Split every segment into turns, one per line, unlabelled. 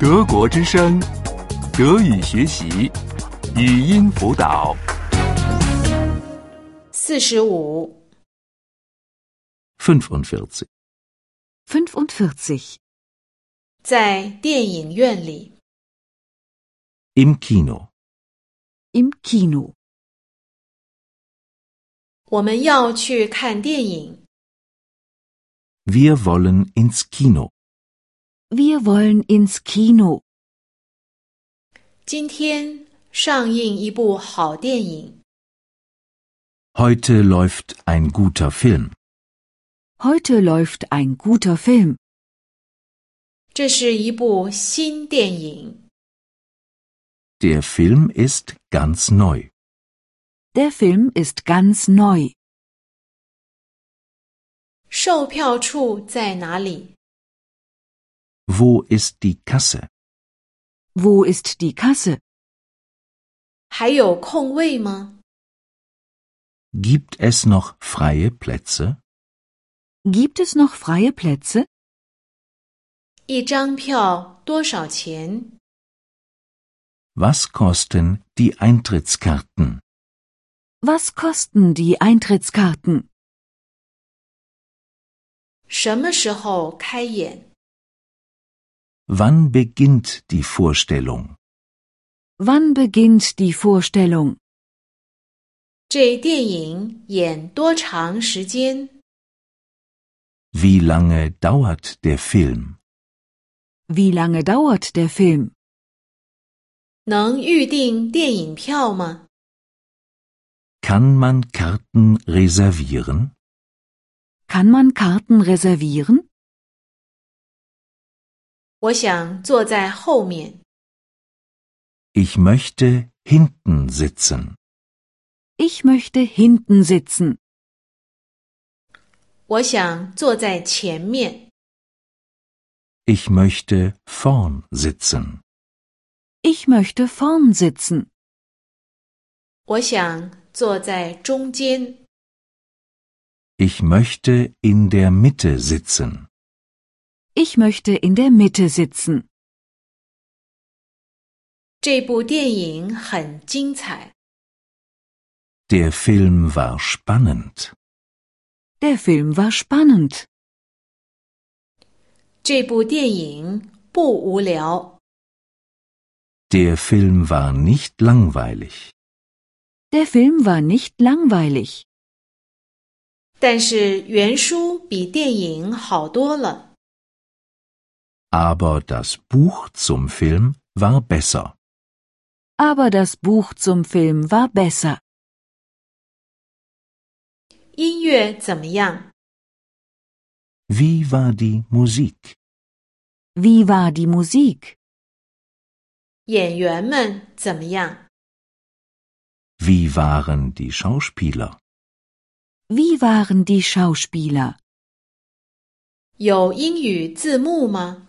德国之声，德语学习，语音辅导。
四十五，
45.
45.
在电影院里，
Im Kino.
Im Kino.
我们要去看电影。
Wir wollen ins Kino.
Wir wollen ins Kino.
今天上映一部好电影，
Heute läuft ein guter Film.
Heute läuft ein guter Film.
这是一部新电影。
Der Film ist ganz neu.
Der Film ist ganz neu.
售票处在哪里？
Wo ist die Kasse?
Wo ist die Kasse?
还有空位吗？
Gibt es noch freie Plätze?
Gibt es noch freie Plätze?
一张票多少钱？
Was kosten die Eintrittskarten?
Was kosten die Eintrittskarten?
什么时候开演？
Wann beginnt die Vorstellung?
Wann beginnt die Vorstellung?
这电影演多长时间？
Wie lange dauert der Film?
Wie lange dauert der Film?
能预定电影票吗？
Kann man Karten reservieren?
Kann man Karten reservieren?
我想坐在后面。
Ich möchte hinten sitzen.
Ich möchte hinten sitzen.
我想坐在前面。
Ich möchte vorn sitzen.
Ich möchte vorn sitzen.
我想坐在中间。
Ich möchte in der Mitte sitzen.
Ich möchte in der Mitte sitzen.
这部电影很精彩。
Der Film war spannend.
Der Film war spannend.
这部电影不无聊。
Der Film war nicht langweilig.
Der Film war nicht langweilig.
但是原书比电影好多了。
Aber das Buch zum Film war besser.
Aber das Buch zum Film war besser.
音乐怎么样？
Wie war die Musik?
Wie war die Musik?
演员们怎么样？
Wie waren die Schauspieler?
Wie waren die Schauspieler?
有英语字幕吗？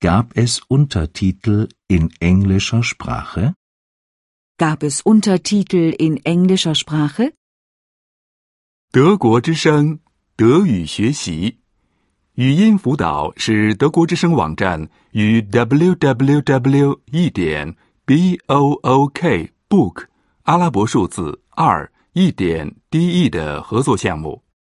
Gab es Untertitel in englischer Sprache?
Gab es Untertitel in englischer Sprache?
德国之声，德语学习，语音辅导是德国之声网站与 www. 一点 b o o k book 阿拉伯数字二一点 d e 的合作项目。